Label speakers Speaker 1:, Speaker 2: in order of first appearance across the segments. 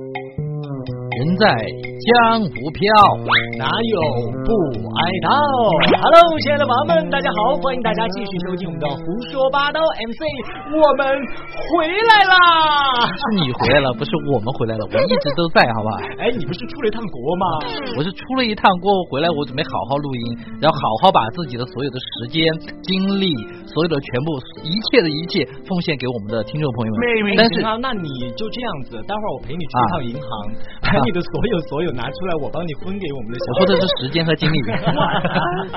Speaker 1: 人在江湖飘，哪有不挨刀
Speaker 2: Hello，亲爱的宝宝们，大家好，欢迎大家继续收听我们的胡说八道 MC，我们回来啦！
Speaker 1: 是你回来了，不是我们回来了，我一直都在，好吧？
Speaker 2: 哎，你不是出了一趟国吗？
Speaker 1: 我是出了一趟过后回来，我准备好好录音，然后好好把自己的所有的时间、精力、所有的全部、一切的一切奉献给我们的听众朋友们。但是啊
Speaker 2: 啊，那你就这样子，待会儿我陪你去一趟银行， 把你的所有所有拿出来，我帮你分给我们的小。
Speaker 1: 我说的是时间和 精力。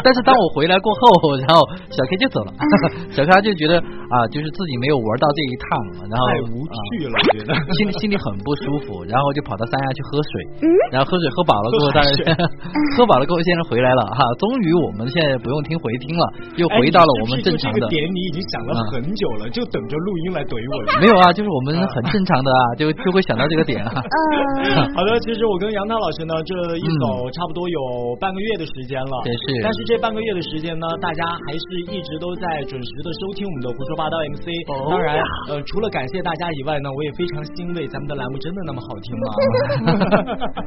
Speaker 1: 但是当我回来过后，然后小 K 就走了，
Speaker 2: 嗯
Speaker 1: 小 K 他就觉得啊，就是自己没有玩到这一趟，然后
Speaker 2: 太无趣
Speaker 1: 啊
Speaker 2: 了，我觉 得。
Speaker 1: 心里心里很不舒服，然后就跑到三亚去喝
Speaker 2: 嗯
Speaker 1: 水，然后喝水喝饱了过后，当然是 喝饱了过后，现在回来了哈、终于我们现在不用听回听了，又
Speaker 2: 哎
Speaker 1: 回到了我们正常
Speaker 2: 你是不是就这
Speaker 1: 的啊
Speaker 2: 个。点你已经想了很久了，就等着录音来怼 我。
Speaker 1: 没有啊，就是我们很正常的啊，就就会想到这个 点啊。
Speaker 2: 嗯好的，其实我跟杨涛老师呢，这一
Speaker 1: 嗯
Speaker 2: 走差不多有半个月的时间了。
Speaker 1: 真是
Speaker 2: 但是这半个月的时间呢，大家还是一直都在准时的收听我们的胡说八道 MC。当
Speaker 1: 哦
Speaker 2: 然，呃，除了感谢大家以外呢，我也非常欣慰，咱们的栏目真的那么好听啊 吗？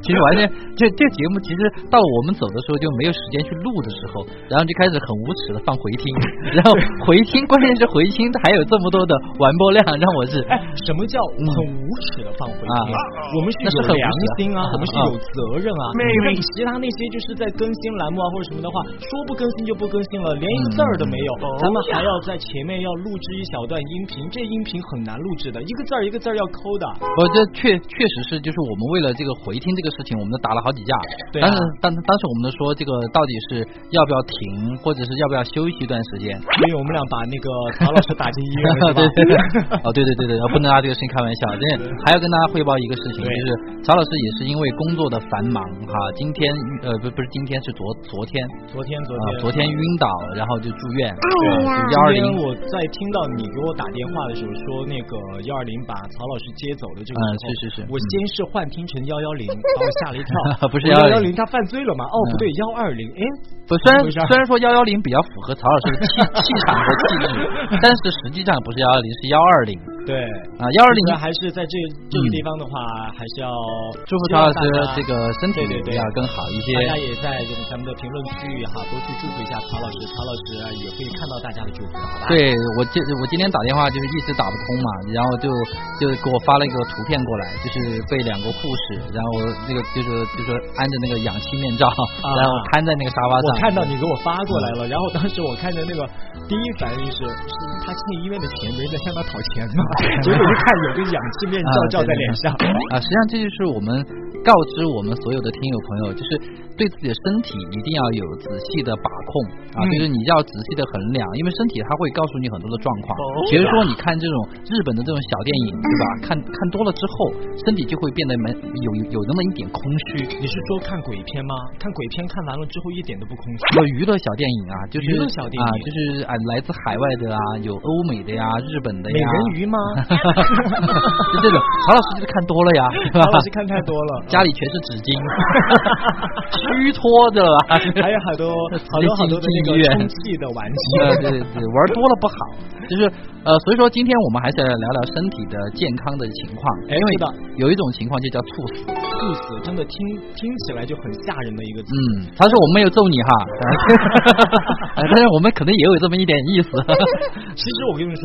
Speaker 1: 其实完全，这这节目其实到了我们走的时候就没有时间去录的时候，然后就开始很无耻的放回听， 然后回听，关键是回听还有这么多的完播量，让我是
Speaker 2: 哎，什么叫很无耻的放回
Speaker 1: 嗯啊
Speaker 2: 听？我们是
Speaker 1: 那是
Speaker 2: 有
Speaker 1: 很无
Speaker 2: 良
Speaker 1: 耻啊
Speaker 2: 心啊，我们是
Speaker 1: 啊
Speaker 2: 有责任啊。那其他那些就是在更新栏目啊或者什么的话，说不更新就不更新了，连一个字
Speaker 1: 嗯
Speaker 2: 儿都没有。咱们还要在前面要录制一小段音频，这音频很难录制的，一个字儿一个字儿要抠的。
Speaker 1: 我这确确实是，就是我们为了这个回听这个事情，我们都打了好几架。
Speaker 2: 对
Speaker 1: 当
Speaker 2: 啊
Speaker 1: 时当当时我们都说这个到底是要不要停，或者是要不要休息一段时间。
Speaker 2: 所以我们俩把那个曹老师打进医院了，是吧？
Speaker 1: 对对，哦对对对对，不能拿这个事情开玩笑。真的还要跟大家汇报一个事情，
Speaker 2: 对
Speaker 1: 就是曹老师也是因为工作的繁忙哈，今天呃不不是今天是昨昨天
Speaker 2: 昨天昨
Speaker 1: 啊
Speaker 2: 天
Speaker 1: 昨天晕倒，然后就住院。
Speaker 3: 哎呀
Speaker 1: 幺二
Speaker 2: 今
Speaker 1: 零
Speaker 2: 天我在听到你给我打电话的时候说那个幺二零把曹老师接走的这个
Speaker 1: 嗯
Speaker 2: 时候，
Speaker 1: 是是是
Speaker 2: 我
Speaker 1: 嗯，
Speaker 2: 先是幻听成幺幺零，把我吓了一 跳
Speaker 1: 不是
Speaker 2: 幺
Speaker 1: 110
Speaker 2: 零，他犯罪了吗？
Speaker 1: 嗯
Speaker 2: 哦，不对，幺二零，哎，
Speaker 1: 不，虽然
Speaker 2: 怎么回事
Speaker 1: 虽然说幺幺零比较符合曹老师的 气气场和气质，但是实际上不是幺幺零，是幺二零
Speaker 2: 对。
Speaker 1: 啊，幺二零嗯
Speaker 2: 其实还是在这这个地方的话，还是要
Speaker 1: 祝福
Speaker 2: 希
Speaker 1: 曹
Speaker 2: 望
Speaker 1: 老
Speaker 2: 大
Speaker 1: 师
Speaker 2: 家
Speaker 1: 这个身体
Speaker 2: 对对对
Speaker 1: 要更好一些。
Speaker 2: 大家也在这个咱们的评论区域哈，多去祝福一下曹老师，曹老师啊也会看到大家的祝福，好吧？
Speaker 1: 对我今我今天打电话就是一直打不通嘛，然后就就给我发了一个图片过来，就是被两个护士，然后那个就是就是安着那个氧气面罩，然后瘫在那个沙发上。
Speaker 2: 啊我看到你给我发过来
Speaker 1: 嗯
Speaker 2: 了，然后当时我看着那个第一反应是，是他进医院的钱没人在向他讨钱吗？ 结果一看有个氧气面罩
Speaker 1: 啊
Speaker 2: 罩在脸 上，
Speaker 1: 对对对啊，实际上这就是我们告知我们所有的听友朋友，就是对自己的身体一定要有仔细的把控啊，
Speaker 2: 嗯
Speaker 1: 就是你要仔细的衡量，因为身体它会告诉你很多的状况。
Speaker 2: 哦
Speaker 1: 比如说
Speaker 2: 啊
Speaker 1: 你看这种日本的这种小电影，对吧？看看多了之后，身体就会变得没有有那么一点空虚。
Speaker 2: 你是说看鬼片吗？看鬼片看完了之后一点都不空虚。
Speaker 1: 有娱乐小电影啊，就是
Speaker 2: 娱乐小电影
Speaker 1: 啊，就是啊，来自海外的啊，有欧美的呀，日本的呀，
Speaker 2: 美人鱼吗？
Speaker 1: 就这种。曹老师就是看多了呀，是吧
Speaker 2: 曹老师看太多 了，
Speaker 1: 家里全是纸 巾，虚脱啊的吧？
Speaker 2: 还有好多好多好多的那
Speaker 1: 进医
Speaker 2: 个
Speaker 1: 院
Speaker 2: 充气的玩具。
Speaker 1: 呃， 对对对，玩多了不好，就是呃，所以说今天我们还是来聊聊身体的健康的情况，
Speaker 2: 哎
Speaker 1: 因为
Speaker 2: 是的
Speaker 1: 有一种情况就叫猝死。
Speaker 2: 猝死真的听听起来就很吓人的一个词。
Speaker 1: 嗯，他说我没有揍 你哈，哎但是我们可能也有这么一点意思。
Speaker 2: 其实我跟你们说，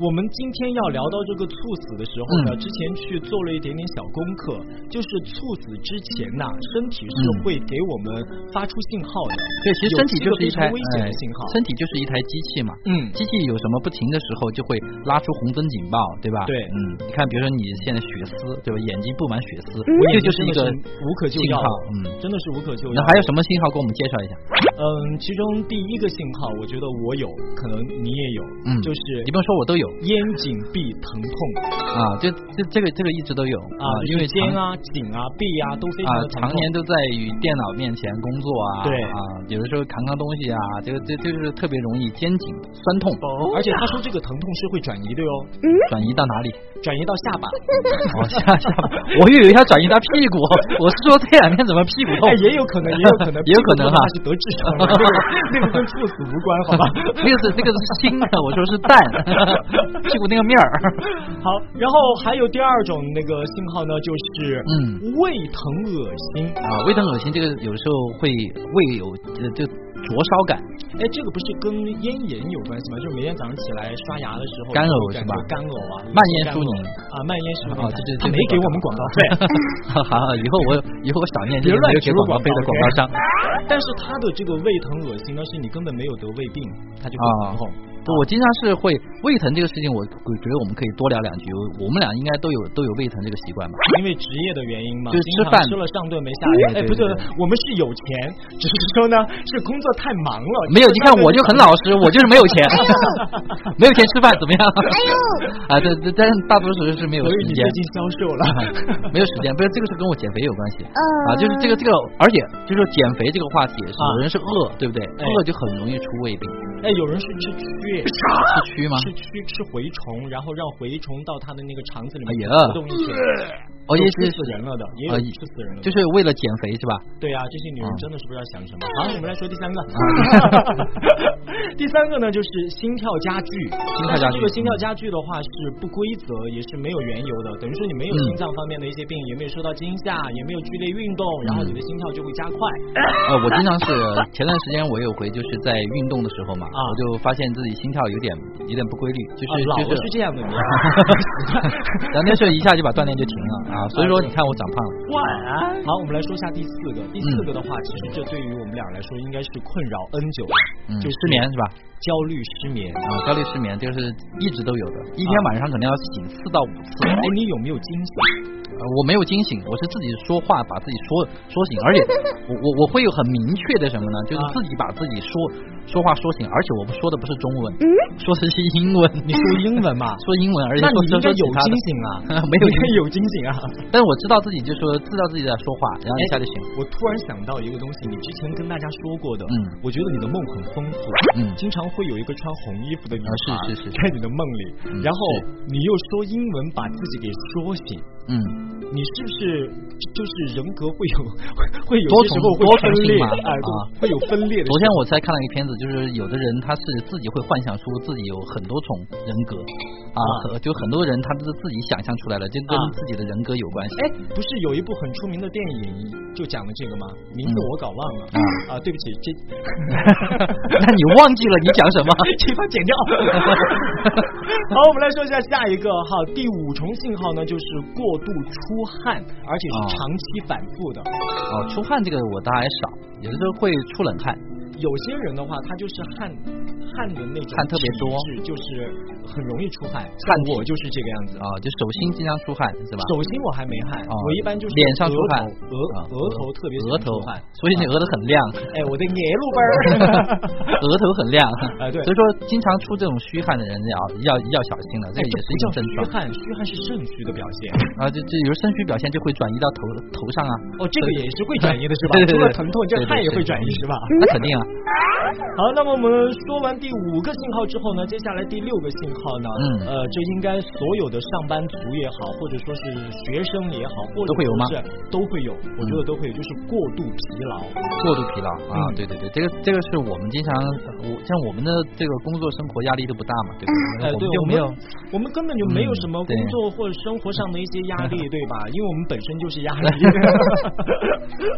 Speaker 2: 我们今天要聊到这个猝死的时候
Speaker 1: 嗯
Speaker 2: 呢，之前去做了一点点小功课，就是猝死之前呐、身体是会给我们发出信号的。
Speaker 1: 对，其实身体
Speaker 2: 一
Speaker 1: 就
Speaker 2: 个
Speaker 1: 是
Speaker 2: 非
Speaker 1: 一
Speaker 2: 常
Speaker 1: 台
Speaker 2: 危险的
Speaker 1: 哎
Speaker 2: 信号。
Speaker 1: 身体就是一台机器嘛。
Speaker 2: 嗯
Speaker 1: 机器有什么不停的时候，就会拉出红灯警报，对吧？
Speaker 2: 对
Speaker 1: 嗯，你看，比如说你现在血丝，对吧？眼睛布满血丝，
Speaker 2: 我
Speaker 1: 这
Speaker 2: 眼
Speaker 1: 就
Speaker 2: 睛
Speaker 1: 是一个
Speaker 2: 真的是无可救
Speaker 1: 信
Speaker 2: 药
Speaker 1: 号。嗯，
Speaker 2: 真的是无可救药。
Speaker 1: 那还有什么信号给我们介绍一下？
Speaker 2: 嗯，其中第一个信号，我觉得我有，可能你也有，
Speaker 1: 嗯
Speaker 2: 就是
Speaker 1: 你不用说，我都有
Speaker 2: 咽颈壁疼痛
Speaker 1: 啊，就这这个这个一直都有啊
Speaker 2: 啊，
Speaker 1: 因为
Speaker 2: 就
Speaker 1: 常
Speaker 2: 是肩啊、颈啊、臂啊都非
Speaker 1: 啊
Speaker 2: 常的，疼
Speaker 1: 常
Speaker 2: 痛。
Speaker 1: 年都在与电脑面前工作啊，
Speaker 2: 对
Speaker 1: 啊，有的时候扛扛东西啊，这个这就是特别容易肩颈酸痛，
Speaker 2: 而且他说这个疼痛是会转移的哟，
Speaker 1: 转移到哪里？
Speaker 2: 转移到下巴。
Speaker 1: 哦， 下下巴，我以为要转移到屁股，我是说这两天怎么屁股痛？
Speaker 2: 哎，也有可能，也有可能
Speaker 1: ，也有可能哈
Speaker 2: 他是得痔疮 了，那个那个跟猝死无关，好吧？
Speaker 1: 那个是那个是新的，我说是蛋， 屁股那个面儿，
Speaker 2: 好，然后还有第二种那个信号呢，就是
Speaker 1: 嗯
Speaker 2: 胃疼恶心。
Speaker 1: 啊，胃疼恶心，这个有时候会胃有呃就灼烧感，
Speaker 2: 哎，这个不是跟咽炎有关系吗？就每天早上起来刷牙的时候，
Speaker 1: 干呕
Speaker 2: 就感
Speaker 1: 是吧
Speaker 2: 觉干呕啊，
Speaker 1: 慢咽
Speaker 2: 干
Speaker 1: 舒
Speaker 2: 呕
Speaker 1: 宁
Speaker 2: 啊，慢咽舒宁
Speaker 1: 哦，这这
Speaker 2: 他
Speaker 1: 这
Speaker 2: 没给我们广告费，
Speaker 1: 好好，以后我以后我少念这
Speaker 2: 别
Speaker 1: 个
Speaker 2: 乱
Speaker 1: 没有给
Speaker 2: 植入
Speaker 1: 广告费的
Speaker 2: 广告
Speaker 1: 广告商。
Speaker 2: 但是他的这个胃疼恶心呢，是你根本没有得胃病，他就会
Speaker 1: 哦
Speaker 2: 疼痛。
Speaker 1: 对我经常是会胃疼这个事情，我我觉得我们可以多聊两句。我们俩应该都有都有胃疼这个习惯吧？
Speaker 2: 因为职业的原因嘛，
Speaker 1: 就是
Speaker 2: 经
Speaker 1: 吃
Speaker 2: 常
Speaker 1: 饭
Speaker 2: 吃了上顿没下
Speaker 1: 对
Speaker 2: 来。哎，
Speaker 1: 对
Speaker 2: 不对
Speaker 1: 对，
Speaker 2: 我们是有钱，只是说呢，是工作太忙了。
Speaker 1: 没有，你看我就很老实，我就是没 有钱，没有钱吃饭怎么样？啊，对对，但是大多数是没有
Speaker 2: 所以
Speaker 1: 时
Speaker 2: 你
Speaker 1: 间嗯
Speaker 2: 最，近消瘦了。
Speaker 1: 没有时间。不是这个是跟我减肥有关系啊，就是这个这个，而且就是说减肥这个话题也是，
Speaker 2: 啊
Speaker 1: 有人是饿，对不对？
Speaker 2: 哎
Speaker 1: 饿就很容易出胃病，
Speaker 2: 哎，有人是吃蛆，
Speaker 1: 是蛆吗？
Speaker 2: 吃蛆吃蛔虫，然后让蛔虫到他的那个肠子里面
Speaker 1: 哎呀
Speaker 2: 活动一圈，
Speaker 1: 哦，也
Speaker 2: 有
Speaker 1: 是
Speaker 2: 吃死人了的，也
Speaker 1: 啊
Speaker 2: 有吃死人了的。
Speaker 1: 就是为了减肥是吧？
Speaker 2: 对啊，这些女人
Speaker 1: 嗯
Speaker 2: 真的是不知道想什么。好，我们来说第 三个。第三个呢，就是心跳加剧。
Speaker 1: 心跳加剧
Speaker 2: 但是这个心跳加剧的话是不规则，也是没有缘由的。等于说你没有
Speaker 1: 嗯
Speaker 2: 心脏方面的一些病，也没有受到惊吓，也没有剧烈运动，
Speaker 1: 嗯
Speaker 2: 然后你的心跳就会加快。
Speaker 1: 呃，我经常 是前段时间我有回就是在运动的时候嘛，
Speaker 2: 啊
Speaker 1: 我就发现自己心跳有点有点不规律，就是、
Speaker 2: 啊老
Speaker 1: 就
Speaker 2: 了
Speaker 1: 是
Speaker 2: 是这样的，你 知道 吗
Speaker 1: 然后那时候一下就把锻炼就停了啊，所以说你看我长胖了，
Speaker 2: 晚安。好，我们来说下第四个。第四个的话，其实这对于我们俩来说应该是困扰 N 久，
Speaker 1: 嗯，
Speaker 2: 就是
Speaker 1: 失眠是吧？
Speaker 2: 焦虑、失眠。
Speaker 1: 啊，焦虑失眠就是一直都有的，一天
Speaker 2: 啊
Speaker 1: 晚上可能要醒四到五次。
Speaker 2: 哎，你有没有惊喜？
Speaker 1: 呃我没有惊醒，我是自己说话把自己说说醒， 而且我我我会有很明确的什么呢？就是
Speaker 2: 啊
Speaker 1: 自己把自己说说话说醒，而且我不说的不是中文，
Speaker 2: 嗯
Speaker 1: 说的是英文，
Speaker 2: 你说英文嘛？
Speaker 1: 说英文，而且
Speaker 2: 嗯那
Speaker 1: 说
Speaker 2: 你应
Speaker 1: 说
Speaker 2: 该
Speaker 1: 说其
Speaker 2: 有
Speaker 1: 他
Speaker 2: 惊
Speaker 1: 的。，
Speaker 2: 醒啊
Speaker 1: 没有
Speaker 2: 你应该
Speaker 1: 惊
Speaker 2: 有惊醒啊。
Speaker 1: 但是我知道自己就说知道自己在说话，然后一下就醒了。
Speaker 2: 我突然想到一个东西，你之前跟大家说过的，
Speaker 1: 嗯
Speaker 2: 我觉得你的梦很丰富，
Speaker 1: 嗯
Speaker 2: 经常会有一个穿红衣服的女孩、
Speaker 1: 啊是是是
Speaker 2: 在你的梦里，
Speaker 1: 嗯
Speaker 2: 然后你又说英文把自己给说醒，
Speaker 1: 嗯，
Speaker 2: 你是不是就是人格会有会有
Speaker 1: 多
Speaker 2: 些时
Speaker 1: 重
Speaker 2: 候会
Speaker 1: 多重
Speaker 2: 分
Speaker 1: 性
Speaker 2: 裂
Speaker 1: 嘛
Speaker 2: 哎
Speaker 1: 啊
Speaker 2: 会有分裂的时
Speaker 1: 昨
Speaker 2: 候。
Speaker 1: 天我才看了一个片子，就是有的人他是自己会幻想出自己有很多种人格啊
Speaker 2: 啊，
Speaker 1: 很就很多人他都是自己想象出来的，就跟
Speaker 2: 啊
Speaker 1: 自己的人格有关系。
Speaker 2: 哎，不是有一部很出名的电影就讲的这个吗？名字
Speaker 1: 嗯
Speaker 2: 我搞忘了、啊，对不起，这
Speaker 1: 那你忘记了你讲什么？
Speaker 2: 这把剪掉。 好，我们来说一下下一个哈，第五重信号呢，就是过度出汗，而且
Speaker 1: 啊
Speaker 2: 是长期反复的。
Speaker 1: 哦，出汗这个我倒还少，有的时候会出冷汗。
Speaker 2: 有些人的话，他就是汗汗的那种
Speaker 1: 汗特别多
Speaker 2: 体质就是很容易出汗。
Speaker 1: 汗
Speaker 2: 像我
Speaker 1: 体
Speaker 2: 就是这个样子
Speaker 1: 啊，就手心经常出汗是吧？
Speaker 2: 首先我还没汗，
Speaker 1: 啊
Speaker 2: 我一般就是
Speaker 1: 脸上出汗
Speaker 2: 额头额
Speaker 1: 啊
Speaker 2: 额头特别喜
Speaker 1: 额
Speaker 2: 欢
Speaker 1: 头
Speaker 2: 出汗，
Speaker 1: 所以你额头很亮，
Speaker 2: 哎，我的爷路 辈儿。
Speaker 1: 额头很亮。
Speaker 2: 哎对
Speaker 1: 所以说经常出这种虚汗的人要要要小心了，这
Speaker 2: 哎
Speaker 1: 个也是一
Speaker 2: 这
Speaker 1: 种
Speaker 2: 不叫
Speaker 1: 症
Speaker 2: 虚
Speaker 1: 状。
Speaker 2: 汗，虚汗是肾虚的表现。
Speaker 1: 啊，这这有时候肾虚表现就会转移到头头上啊，
Speaker 2: 哦，这个也是会转移的是吧？
Speaker 1: 对对对
Speaker 2: 除了疼痛，这
Speaker 1: 对对
Speaker 2: 汗也
Speaker 1: 对
Speaker 2: 会转移是吧？
Speaker 1: 那肯定啊，
Speaker 2: 好，那么我们说完第五个信号之后呢，接下来第六个信号呢，
Speaker 1: 嗯
Speaker 2: 呃，这应该所有的上班族也好，或者说是学生也好，或者
Speaker 1: 都会有吗
Speaker 2: 说是？都会有，我觉得都会有，就是过度疲劳。
Speaker 1: 过度疲劳啊，
Speaker 2: 嗯
Speaker 1: 对对对，这个这个是我们经常我像我们的这个工作生活压力都不大嘛，对不
Speaker 2: 哎，
Speaker 1: 我
Speaker 2: 对
Speaker 1: 们，就
Speaker 2: 我
Speaker 1: 没
Speaker 2: 们
Speaker 1: 有
Speaker 2: 我们根本就没有什么
Speaker 1: 嗯
Speaker 2: 工
Speaker 1: 对
Speaker 2: 作或者生活上的一些压 力，对吧？因为我们本身就是压力。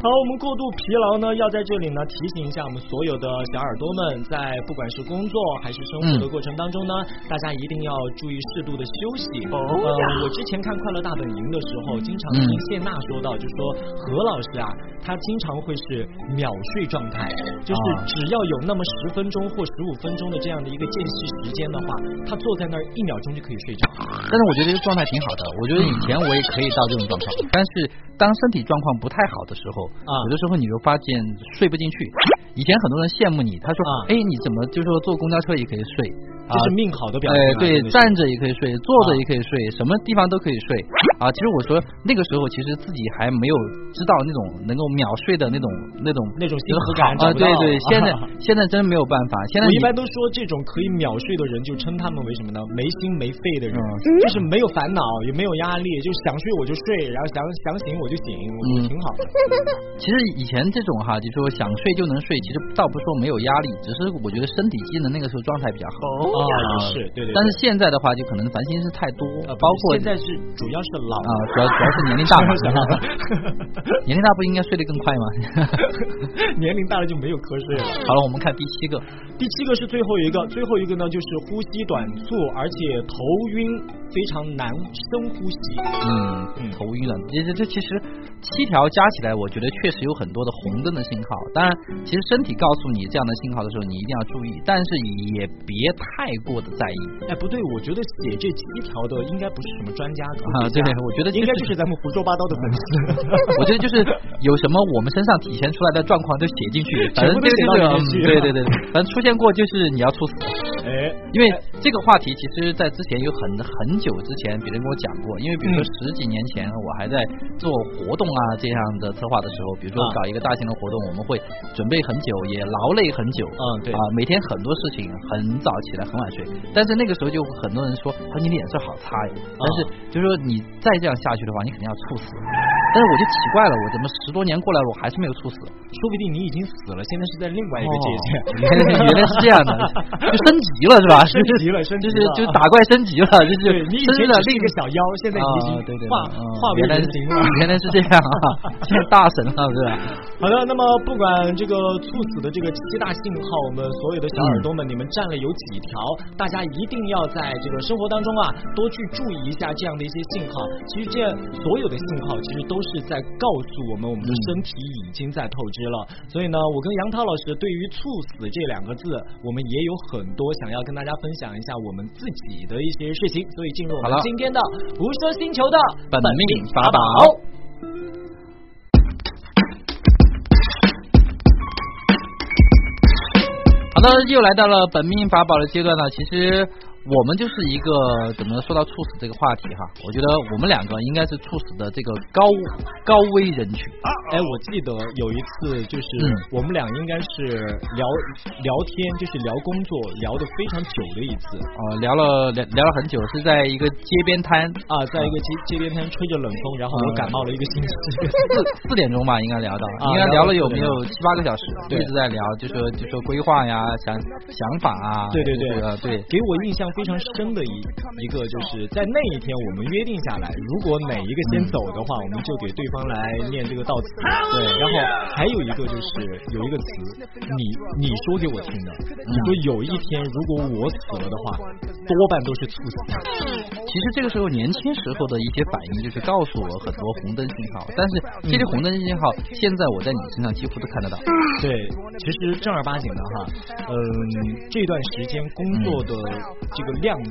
Speaker 2: 好，我们过度疲劳呢，要在这里呢提醒一下我们所有的小耳朵们，在不管是工工作还是生
Speaker 1: 嗯
Speaker 2: 活的过程当中呢，大家一定要注意适度的休息。
Speaker 4: 哦
Speaker 2: 呃
Speaker 4: 呀，
Speaker 2: 我之前看《快乐大本营》的时候，经常
Speaker 1: 嗯
Speaker 2: 听谢娜说到，就说何老师啊，他经常会是秒睡状态，就是
Speaker 1: 啊
Speaker 2: 只要有那么十分钟或十五分钟的这样的一个间隙时间的话，他坐在那儿一秒钟就可以睡着。
Speaker 1: 但是我觉得这个状态挺好的，我觉得以前我也可以到这种状态，但是当身体状况不太好的时候，
Speaker 2: 啊
Speaker 1: 有的时候你会发现睡不进去。以前很多人羡慕你，他说
Speaker 2: 啊，
Speaker 1: 哎、你怎么就是说坐公交车也可以睡啊
Speaker 2: 这？是命好的表现、
Speaker 1: 呃
Speaker 2: 啊。，
Speaker 1: 对
Speaker 2: 真的，是
Speaker 1: 站着也可以睡，坐着也可以睡，什么地方都可以睡啊。其实我说那个时候，其实自己还没有知道那种能够秒睡的那种那种
Speaker 2: 那种幸福感
Speaker 1: 啊、
Speaker 2: 找不
Speaker 1: 对
Speaker 2: 到
Speaker 1: 对，现 在现在真没有办法，现在
Speaker 2: 我一
Speaker 1: 你
Speaker 2: 般都说这种可以秒睡的人，就称他们为什么呢？没心没肺的人，
Speaker 1: 嗯
Speaker 2: 就是没有烦恼，也没有压力，就想睡我就睡，然后想想醒我就醒，我觉
Speaker 1: 嗯
Speaker 2: 得挺好的。
Speaker 1: 其实以前这种哈，就说想睡就能睡，其实倒不是说没有压力，只是我觉得身体机能那个时候状态比较好。
Speaker 2: 哦
Speaker 4: 哦，
Speaker 2: 也是，对对对。
Speaker 1: 但是现在的话，就可能烦心事太多，
Speaker 2: 呃，
Speaker 1: 包括
Speaker 2: 现在是啊主要是老
Speaker 1: 啊，主要主要是年龄大 嘛，
Speaker 2: 了，
Speaker 1: 年龄大不应该睡得更快吗？
Speaker 2: 年龄大了就没有瞌睡 了。
Speaker 1: 好了，我们看第七个，
Speaker 2: 第七个是最后一个，最后一个呢就是呼吸短促，而且头晕，非常难深呼吸。
Speaker 1: 嗯，
Speaker 2: 嗯
Speaker 1: 头晕了。这这这其实七条加起来，我觉得确实有很多的红灯的信号。当然，其实身体告诉你这样的信号的时候，你一定要注意，但是也别太过的在意。
Speaker 2: 哎，不对，我觉得写这七条的应该不是什么专家科
Speaker 1: 啊
Speaker 2: 学
Speaker 1: 对
Speaker 2: 家
Speaker 1: 我觉得
Speaker 2: 应该
Speaker 1: 就
Speaker 2: 就是是咱们胡说八道的粉丝。
Speaker 1: 我觉得就是有什么我们身上体现出来的状况都写进去，反正
Speaker 2: 全
Speaker 1: 这
Speaker 2: 部都
Speaker 1: 个
Speaker 2: 写
Speaker 1: 这
Speaker 2: 到
Speaker 1: 个
Speaker 2: 里面去
Speaker 1: 嗯对对对，反正出现过就是你要猝死，
Speaker 2: 哎，
Speaker 1: 因为这个话题其实在之前有很很久之前别人跟我讲过，因为比如说
Speaker 2: 嗯
Speaker 1: 十几年前我还在做活动啊这样的策划的时候，比如说
Speaker 2: 啊
Speaker 1: 搞一个大型的活动，我们会准备很久，也劳累很久。
Speaker 2: 嗯，对
Speaker 1: 啊，每天很多事情很早起来很晚睡，但是那个时候就很多人说，啊你脸色好差呀，
Speaker 2: 啊
Speaker 1: 但是就说你再这样下去的话，你肯定要猝死。但是我就奇怪了，我怎么十多年过来了，我还是没有猝死？
Speaker 2: 说不定你已经死了，现在是在另外一个
Speaker 1: 哦
Speaker 2: 界限。
Speaker 1: 原来哦原来是这 样的， 就升级了是吧？
Speaker 2: 升级了升级
Speaker 1: 就是
Speaker 2: 了
Speaker 1: 就是打怪升级了，就是
Speaker 2: 啊对你以
Speaker 1: 升
Speaker 2: 前
Speaker 1: 了
Speaker 2: 只是
Speaker 1: 另
Speaker 2: 一个小妖，现在你已经
Speaker 1: 啊对对对
Speaker 2: 化
Speaker 1: 嗯
Speaker 2: 化为
Speaker 1: 原来
Speaker 2: 人
Speaker 1: 是
Speaker 2: 形了。
Speaker 1: 原来是这样啊，现在大神了是吧？
Speaker 2: 好的，那么不管这个猝死的这个七大信号，我们所有的小耳朵们，你们占了有几条？大家一定要在这个生活当中啊，多去注意一下这样的一些信号。其实这所有的信号，其实都是在告诉我们，我们的
Speaker 1: 嗯
Speaker 2: 身体已经在透支了。所以呢，我跟杨涛老师对于猝死这两个字，我们也有很多想要跟大家分享一下我们自己的一些事情。所以进入我
Speaker 1: 好了
Speaker 2: 们今天的无说星球的
Speaker 1: 本命法宝。好的，又来到了本命法宝的阶段了。其实我们就是一个怎么说到猝死这个话题哈，我觉得我们两个应该是猝死的这个高高危人群。
Speaker 2: 哎，我记得有一次，就是
Speaker 1: 嗯
Speaker 2: 我们俩应该是聊聊天，就是聊工作，聊得非常久的一次
Speaker 1: 呃，聊了聊聊了很久，是在一个街边摊，
Speaker 2: 啊，在一个街街边摊吹着冷风，然后我感冒了一个星期。
Speaker 1: 四四点钟吧，应该聊到，
Speaker 2: 啊
Speaker 1: 应该聊
Speaker 2: 聊到
Speaker 1: 了有没
Speaker 2: 四点
Speaker 1: 有七八个小时，
Speaker 2: 对
Speaker 1: 一直在聊，就说就说规划呀、想想法啊，
Speaker 2: 对对
Speaker 1: 就
Speaker 2: 对
Speaker 1: 是呃对，
Speaker 2: 给我印象非常深的一一个，就是在那一天我们约定下来，如果哪一个先走的话，我们就给对方来念这个悼词。对，然后还有一个就是有一个词，你你说给我听的，你说有一天如果我死了的话，多半都是猝死。
Speaker 1: 其实这个时候年轻时候的一些反应，就是告诉我很多红灯信号，但
Speaker 2: 嗯
Speaker 1: 是这些红灯信号，现在我在你身上几乎都看得到。
Speaker 2: 对，其实正儿八经的哈，嗯，这段时间工作的这个亮度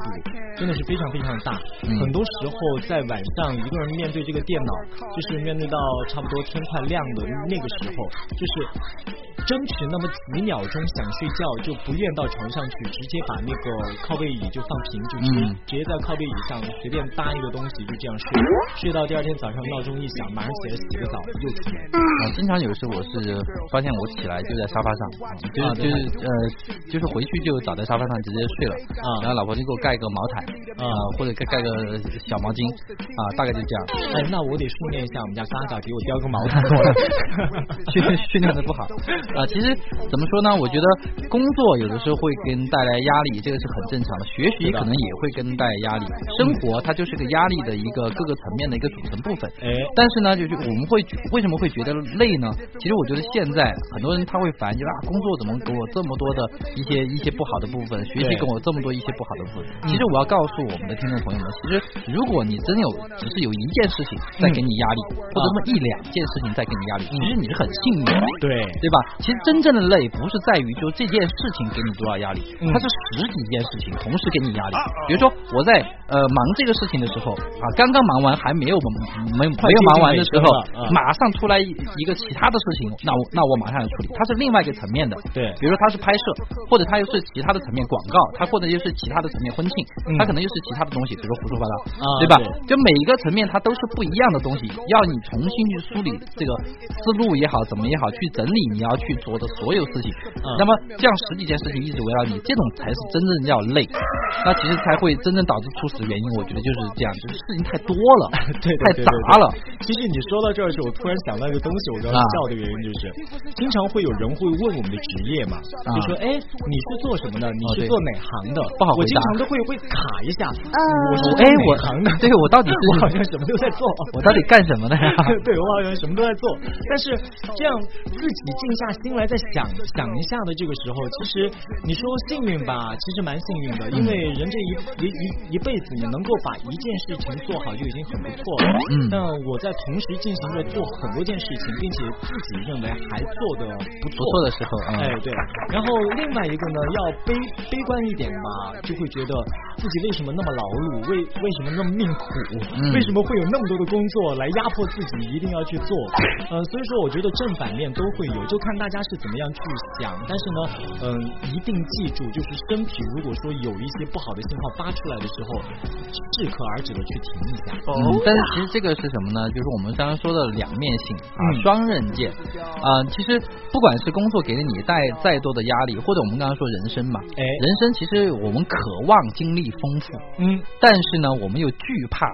Speaker 2: 真的是非常非常大。
Speaker 1: 嗯
Speaker 2: 很多时候在晚上一个人面对这个电脑，就是面对到差不多天快亮的那个时候，就是争取那么几秒钟想睡觉，就不愿到床上去，直接把那个靠背椅就放平，就直接、
Speaker 1: 嗯
Speaker 2: 直接在靠背椅上随便搭一个东西就这样睡，睡到第二天早上闹钟一响，马上起来洗个澡又出门。
Speaker 1: 啊，经常有时我是发现我起来就在沙发上，嗯就是
Speaker 2: 啊
Speaker 1: 就
Speaker 2: 对
Speaker 1: 是呃，就是回去就倒在沙发上直接睡了，
Speaker 2: 啊
Speaker 1: 然后老婆就给我盖个毛毯
Speaker 2: 啊
Speaker 1: 或者盖盖个小毛巾啊，大概就这样。
Speaker 2: 哎， 那我得训练一下我们家嘎嘎，给我叼个毛
Speaker 1: 训训练的不好。啊、其实怎么说呢？我觉得工作有的时候会跟带来压力，这个是很正常的。学习可能也会跟带来压力，生活它就是个压力的一个各个层面的一个组成部分。
Speaker 2: 哎
Speaker 1: 但是呢，就是我们会觉为什么会觉得累呢？其实我觉得现在很多人他会烦，就是啊，工作怎么给我这么多的一些一些不好的部分，学习
Speaker 2: 对
Speaker 1: 给我这么多一些不好的部分。其实我要告诉我们的听众朋友们，其实如果你真有呃只是有一件事情在给你压力，或者那么一两件事情在给你压力，其实你是很幸运的。
Speaker 2: 对
Speaker 1: 对吧？其实真正的累不是在于就这件事情给你多少压力，
Speaker 2: 嗯啊
Speaker 1: 它是十几件事情同时给你压力。比如说我在呃忙这个事情的时候啊，刚刚忙完还没有没有没
Speaker 2: 快
Speaker 1: 有
Speaker 2: 接近
Speaker 1: 忙完的时候
Speaker 2: 尾声了，啊
Speaker 1: 马上出来一一个其他的事情，那我那我马上要处理，它是另外一个层面的。
Speaker 2: 对
Speaker 1: 比如说它是拍摄，或者它又是其他的层面广告，它或者又是其他的层面婚庆，
Speaker 2: 嗯
Speaker 1: 它可能又是其他的东西，比如说胡说八道，
Speaker 2: 啊
Speaker 1: 对吧？
Speaker 2: 对
Speaker 1: 就每一个层面它都是不一样的东西，要你重新去梳理这个思路也好，怎么也好，去整理你要去做的所有事情。
Speaker 2: 嗯
Speaker 1: 那么这样十几件事情一直围绕你，这种才是真正叫累。
Speaker 2: 嗯
Speaker 1: 那其实才会真正导致猝死的原因，我觉得就是这样，就是事情太多了，
Speaker 2: 对对对对
Speaker 1: 太杂了。
Speaker 2: 其实你说到这儿的时候，我突然想到一个东西，我刚
Speaker 1: 啊
Speaker 2: 刚笑的原因就是，经常会有人会问我们的职业嘛，
Speaker 1: 啊哦
Speaker 2: 就说哎，你是做什么的？你
Speaker 1: 对
Speaker 2: 是做哪行的？
Speaker 1: 不好
Speaker 2: 我
Speaker 1: 回
Speaker 2: 经
Speaker 1: 答
Speaker 2: 常都会会卡一下，我是
Speaker 1: 我
Speaker 2: 做
Speaker 1: 哎，
Speaker 2: 哪
Speaker 1: 我
Speaker 2: 行的，
Speaker 1: 对我到底是
Speaker 2: 嗯 我好像什么都在做。
Speaker 1: 我到底干什 么的呀？
Speaker 2: 对我好像什么都在做，但是这样自己静下心来再想想一下的这个时候，其实你说幸运吧，其实蛮幸运的，因为人这一一一一辈子，你能够把一件事情做好就已经很不错了。
Speaker 1: 嗯
Speaker 2: 但我在同时进行着做很多件事情，并且自己认为还做的
Speaker 1: 不
Speaker 2: 不
Speaker 1: 错的时候，嗯，
Speaker 2: 哎，对。然后另外一个呢，要悲悲观一点吧，就会觉得自己为什么那么劳碌，为为什么那么命苦，
Speaker 1: 嗯
Speaker 2: 为什么会有那么多的工作来压迫自己一定要去做？呃，所以说我觉得正反面都会有，就看大家是怎么样去想。但是呢，嗯、一定记住，就是身体如果说有一些不好的信号发出来的时候，适可而止的去停一下。
Speaker 1: 嗯，但是其实这个是什么呢？就是我们刚刚说的两面性啊，
Speaker 2: 嗯
Speaker 1: 双刃剑啊、其实不管是工作给了你带再多的压力，或者我们刚刚说人生嘛，
Speaker 2: 哎
Speaker 1: 人生其实我们渴望经历丰富，
Speaker 2: 嗯，
Speaker 1: 但是呢，我们又惧怕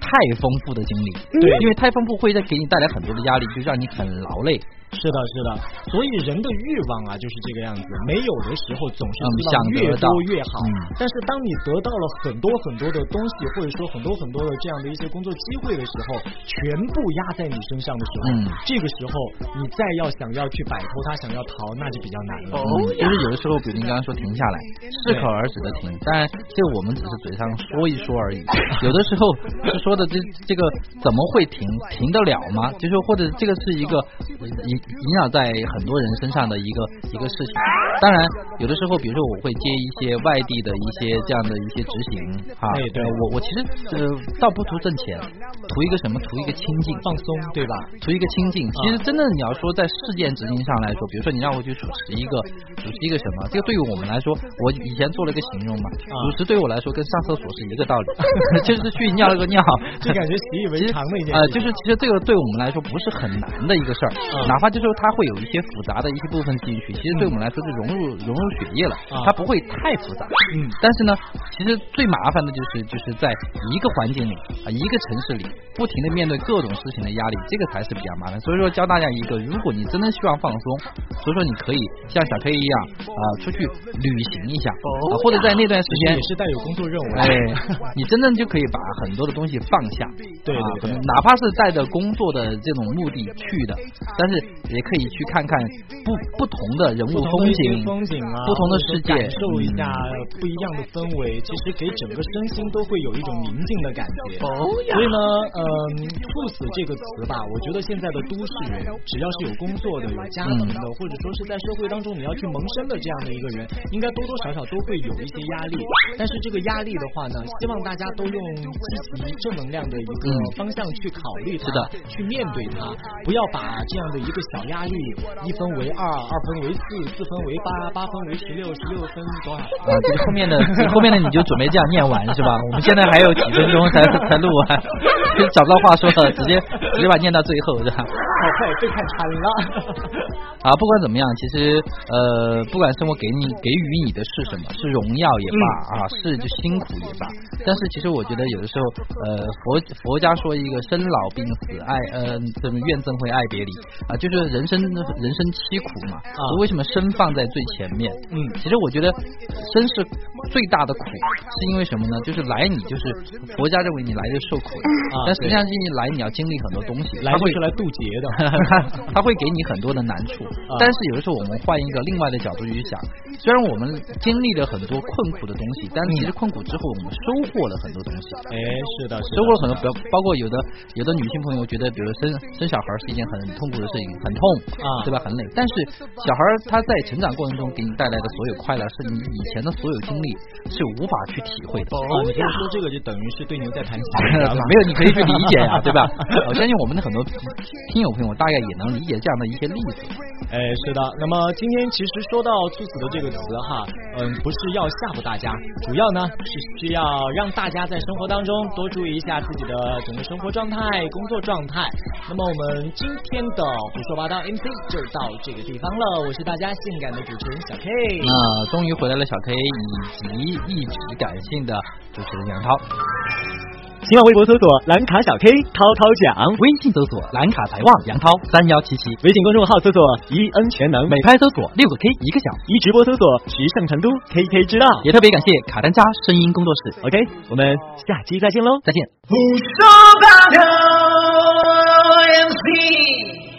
Speaker 1: 太丰富的经历，
Speaker 2: 嗯对
Speaker 1: 因为太丰富会再给你带来很多的压力，就让你很劳累。
Speaker 2: 是的，是的，所以人的欲望啊就是这个样子，没有的时候总是
Speaker 1: 嗯
Speaker 2: 希望
Speaker 1: 想得
Speaker 2: 越
Speaker 1: 到
Speaker 2: 多越好，
Speaker 1: 嗯
Speaker 2: 但是当你得到了很多很多的东西，或者说很多很多的这样的一些工作机会的时候，全部压在你身上的时候，
Speaker 1: 嗯
Speaker 2: 这个时候你再要想要去摆脱它，想要逃，那就比较难了。
Speaker 1: 嗯，就是有的时候，比如您刚刚说停下来，适可而止的停，当然这我们只是嘴上说一说而已。有的时候是说的这这个怎么会停？停得了吗？就是说或者这个是一个呃影影响在很多人身上的一个一个事情。当然，有的时候，比如说我会接一些外地的一些这样的一些执行啊，
Speaker 2: 哎对
Speaker 1: 呃我我其实呃倒不图挣钱，图一个什么？图一个清静，
Speaker 2: 放松，对吧？啊
Speaker 1: 图一个清静。其实真的你要说在事件执行上来说，比如说你让我去主持一个主持一个什么，这个对于我们来说，我以前做了一个形容嘛，主持对我来说跟上厕所是一个道理，就是去尿了个尿，
Speaker 2: 就感觉习以为常的一啊件事情。
Speaker 1: 呃，就是其实这个对我们来说不是很难的一个事儿，
Speaker 2: 嗯
Speaker 1: 哪怕就是它会有一些复杂的一些部分进去，其实对我们来说就融入融入血液了，
Speaker 2: 嗯啊
Speaker 1: 它不会太复杂。
Speaker 2: 嗯
Speaker 1: 但是呢，其实最麻烦的就是就是在一个环境里啊、一个城市里，不停的面对各种事情的压力，这个才是比较麻烦。所以说教大家一个，如果你真的希望放松，所以说你可以像小 K 一样啊、出去旅行一下，
Speaker 2: 哦
Speaker 1: 啊、或者在那段时
Speaker 2: 其实
Speaker 1: 间
Speaker 2: 也。是带有工作任务的。
Speaker 1: 哎， 你真正就可以把很多的东西放下，
Speaker 2: 对
Speaker 1: 啊
Speaker 2: 对对
Speaker 1: 可能哪怕是带着工作的这种目的去的，但是也可以去看看不不同的人物
Speaker 2: 不同
Speaker 1: 风
Speaker 2: 的一
Speaker 1: 景
Speaker 2: 些、风景啊，
Speaker 1: 不同的世界，
Speaker 2: 或者说感受一下
Speaker 1: 嗯
Speaker 2: 不一样的氛围，其实给整个身心都会有一种宁静的感觉。
Speaker 1: 哦
Speaker 2: 所以呢，嗯，猝死这个词吧，我觉得现在的都市人，只要是有工作的、有家庭
Speaker 1: 嗯
Speaker 2: 的，或者说是在社会当中你要去萌生的这样的一个人，应该多多少少都会有一些压力。但是这个压力的话呢，希望大家都用积极正能量的一
Speaker 1: 嗯
Speaker 2: 个方向去考虑它，
Speaker 1: 是的
Speaker 2: 去面对它，不要把这样的一个小压力一分为二，二分为四，四分为八，八分为十六，十六分多少？
Speaker 1: 啊，这个后面的 后面的你就准备这样念完是吧？我们现在还有几分钟才才录完， 就找不到话说了，直接直接把它念到最后是吧？
Speaker 2: 好快被看穿了。
Speaker 1: 啊，不管怎么样，其实呃，不管生活给你给予你的
Speaker 2: 嗯
Speaker 1: 是什么，是荣耀也罢、啊，是就辛苦也罢，但是其实我觉得有的时候呃，呃佛佛家说一个生老病死爱呃什么怨憎会爱别离啊，就是人生人生凄苦嘛，
Speaker 2: 啊
Speaker 1: 所以为什么生放在最前面？
Speaker 2: 嗯
Speaker 1: 其实我觉得生是最大的苦，是因为什么呢？就是来你就是佛家认为你来就是受苦的，
Speaker 2: 啊
Speaker 1: 但实际上是你来你要经历很多东西，
Speaker 2: 来
Speaker 1: 他
Speaker 2: 就
Speaker 1: 会。
Speaker 2: 是来渡劫的
Speaker 1: 他会给你很多的难处。
Speaker 2: 嗯
Speaker 1: 但是有的时候我们换一个另外的角度去想，虽然我们经历了很多困苦的东西，但其实困苦之后我们收获了很多东西。
Speaker 2: 哎，是的，是的
Speaker 1: 收获了很多，包包括有的有的女性朋友觉得，比如生生小孩是一件很痛苦的事情，很痛
Speaker 2: 啊
Speaker 1: 对吧？很累。但是小孩他在成长过程中给你带来的所有快乐，是你以前的所有经历是无法去体会的。
Speaker 2: 啊，你这么说这个就等于是对牛在弹琴
Speaker 1: 没有，你可以去理解啊呀、对吧？ 我相信我们的很多听友朋友，大概也能理解这样的一些例子。
Speaker 2: 哎，是的。那么今天其实说到“猝死”的这个词哈，嗯，不是要吓唬大家，主要呢是需要让大家在生活当中多注意一下自己的整个生活状态、工作状态。那么我们今天的胡说八道 MC 就到这个地方了，我是大家性感的主持人小 K。
Speaker 1: 那终于回来了，小 K 以及一直感性的主持人杨涛，
Speaker 2: 新浪微博搜索“蓝卡小 K 涛涛讲
Speaker 1: 微信搜索蓝卡财旺杨涛三幺七七，”，
Speaker 2: 微信公众号搜索“一恩全能
Speaker 1: 美拍搜索六个 K 一个小时。
Speaker 2: 一直播搜索“时尚成都 KK 之道”。
Speaker 1: 也特别感谢卡丹加声音工作室，
Speaker 2: OK，我们下期再见喽。
Speaker 1: 再见。
Speaker 4: 胡说八道 MC。